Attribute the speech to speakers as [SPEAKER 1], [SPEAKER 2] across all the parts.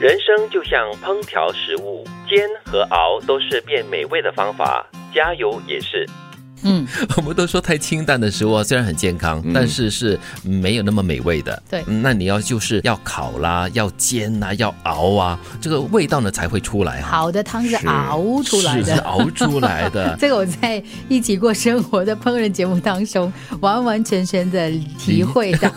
[SPEAKER 1] 人生就像烹调食物，煎和熬都是变美味的方法，加油也是。
[SPEAKER 2] 嗯，
[SPEAKER 3] 我们都说太清淡的食物啊虽然很健康，
[SPEAKER 1] 嗯
[SPEAKER 3] 但是是没有那么美味的。
[SPEAKER 2] 对
[SPEAKER 3] 嗯那你要就是要烤啦，要煎啦，要熬啊，这个味道呢才会出来哈、
[SPEAKER 2] 好的汤是
[SPEAKER 3] 是
[SPEAKER 2] 熬出来
[SPEAKER 3] 是是
[SPEAKER 2] 的。。
[SPEAKER 3] 熬出来的
[SPEAKER 2] 这个我在一起过生活的烹饪节目当中，完完全全的体会到。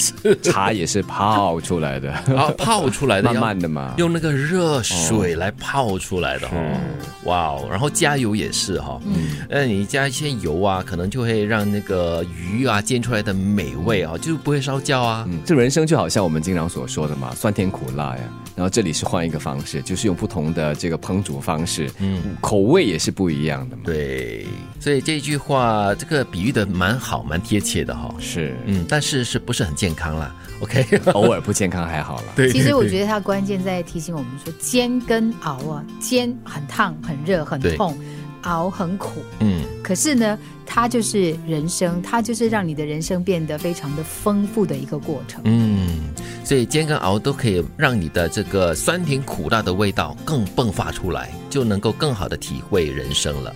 [SPEAKER 4] 茶也是泡出来的，
[SPEAKER 3] 啊，泡出 来的，
[SPEAKER 4] 慢慢的嘛
[SPEAKER 3] 要用那个热水来泡出来的哦。哇哦，然后加油也是哈、
[SPEAKER 2] 嗯
[SPEAKER 3] 那你加一些油啊，可能就会让那个鱼啊煎出来的美味啊，就是不会烧焦啊。
[SPEAKER 4] 嗯，这人生就好像我们经常所说的嘛，酸甜苦辣呀。然后这里是换一个方式，就是用不同的这个烹煮方式，嗯，口味也是不一样的嘛。
[SPEAKER 3] 对，所以这句话这个比喻的蛮好，蛮贴切的哈、
[SPEAKER 4] 是，
[SPEAKER 3] 嗯，但是是不是很健康啦？OK，
[SPEAKER 4] 偶尔不健康还好了。
[SPEAKER 3] 对
[SPEAKER 2] 其实我觉得它关键在提醒我们说，煎跟熬啊，煎很烫、很热、很
[SPEAKER 3] 对
[SPEAKER 2] 痛，熬很苦。
[SPEAKER 3] 嗯，
[SPEAKER 2] 可是呢，它就是人生，它就是让你的人生变得非常的丰富的一个过程。
[SPEAKER 3] 嗯，所以煎跟熬都可以让你的这个酸甜苦辣的味道更迸发出来，就能够更好的体会人生了。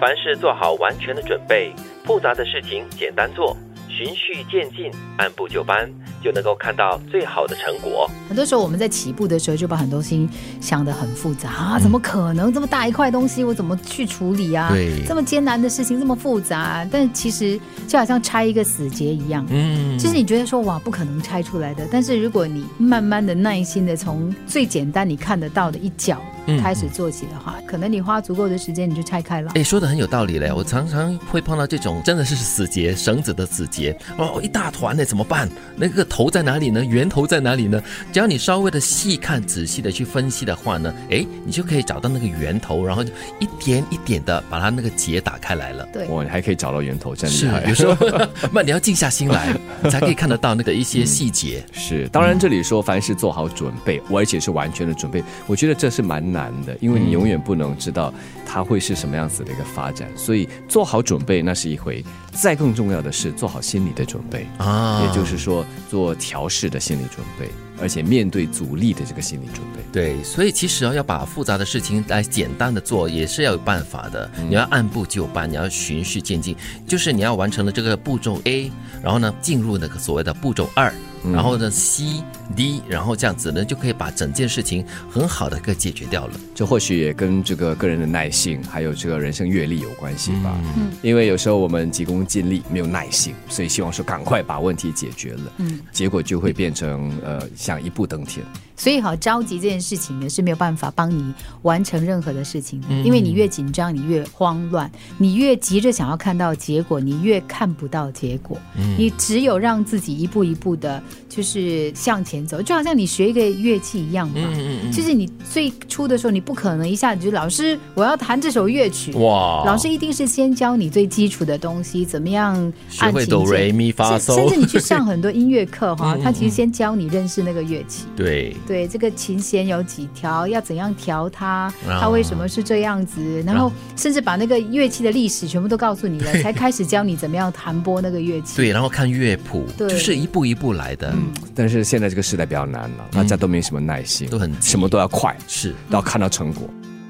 [SPEAKER 1] 凡事做好完全的准备，复杂的事情简单做，循序渐进，按部就班，就能够看到最好的成果。
[SPEAKER 2] 很多时候我们在起步的时候就把很多事情想得很复杂啊，
[SPEAKER 3] 嗯
[SPEAKER 2] 怎么可能这么大一块东西我怎么去处理啊？
[SPEAKER 3] 对
[SPEAKER 2] 这么艰难的事情这么复杂，但其实就好像拆一个死结一样。
[SPEAKER 3] 嗯，
[SPEAKER 2] 就是你觉得说哇不可能拆出来的，但是如果你慢慢的耐心的从最简单你看得到的一角
[SPEAKER 3] 嗯
[SPEAKER 2] 开始做起的话，可能你花足够的时间你就拆开了。
[SPEAKER 3] 哎，说的很有道理嘞。我常常会碰到这种真的是死结，绳子的死结哦，一大团呢，怎么办？那个头在哪里呢？源头在哪里呢？只要你稍微的细看、仔细的去分析的话呢，哎，你就可以找到那个源头，然后就一点一点的把它那个结打开来了。
[SPEAKER 2] 对，
[SPEAKER 4] 哇，你还可以找到源头，真厉
[SPEAKER 3] 是
[SPEAKER 4] 害，
[SPEAKER 3] 有。时候 那你要静下心来，才可以看得到那个一些细节。
[SPEAKER 4] 是，当
[SPEAKER 3] 嗯
[SPEAKER 4] 然这里说凡事做好准备，而且是完全的准备，我觉得这是蛮难的，因为你永远不能知道它会是什么样子的一个发展，所以做好准备那是一回，再更重要的是做好心理的准备，
[SPEAKER 3] 啊
[SPEAKER 4] 嗯也就是说做调试的心理准备，而且面对阻力的这个心理准备。
[SPEAKER 3] 对，所以其实啊，要把复杂的事情来简单的做，也是要有办法的。
[SPEAKER 1] 嗯
[SPEAKER 3] 你要按部就班，你要循序渐进，就是你要完成了这个步骤 A，然后呢，进入那个所谓的步骤二，
[SPEAKER 1] 嗯
[SPEAKER 3] 然后呢 C、D，然后这样子呢，就可以把整件事情很好的给解决掉了。
[SPEAKER 4] 这或许也跟这个个人的耐性，还有这个人生阅历有关系吧。嗯，因为有时候我们急功近利，没有耐性，所以希望说赶快把问题解决了。嗯，结果就会变成呃，像一步登天。
[SPEAKER 2] 所以好着急这件事情呢是没有办法帮你完成任何的事情的，
[SPEAKER 3] 嗯
[SPEAKER 2] 因为你越紧张，你越慌乱，你越急着想要看到结果，你越看不到结果。
[SPEAKER 3] 嗯
[SPEAKER 2] 你只有让自己一步一步的，就是向前走，就好像你学一个乐器一样嘛。
[SPEAKER 3] 嗯
[SPEAKER 2] 就是你最初的时候，你不可能一下子就老师，我要弹这首乐曲。
[SPEAKER 3] 哇
[SPEAKER 2] 老师一定是先教你最基础的东西，怎么样
[SPEAKER 3] 学
[SPEAKER 2] 按
[SPEAKER 3] 会
[SPEAKER 2] 琴
[SPEAKER 3] 哆
[SPEAKER 2] 键
[SPEAKER 3] 来咪发
[SPEAKER 2] 甚
[SPEAKER 3] 嗦 嗯
[SPEAKER 2] 甚至你去上很多音乐课哈，他其实先教你认识那个乐器。
[SPEAKER 3] 对，
[SPEAKER 2] 对，这个琴弦有几条，要怎样调它，
[SPEAKER 3] 啊
[SPEAKER 2] 它为什么是这样子，然后甚至把那个乐器的历史全部都告诉你了，才开始教你怎么样弹拨那个乐器。
[SPEAKER 3] 对，然后看乐谱，
[SPEAKER 2] 对
[SPEAKER 3] 就是一步一步来的，
[SPEAKER 1] 嗯
[SPEAKER 4] 但是现在这个时代比较难了，大家都没什么耐心，
[SPEAKER 3] 嗯都很急
[SPEAKER 4] 什么都要快，
[SPEAKER 3] 是。
[SPEAKER 4] 都要看到成果。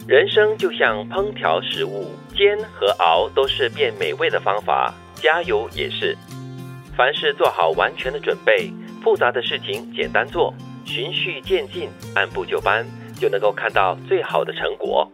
[SPEAKER 1] 人生就像烹调食物，煎和熬都是变美味的方法，加油也是。凡事做好完全的准备，复杂的事情简单做，循序渐进，按部就班，就能够看到最好的成果。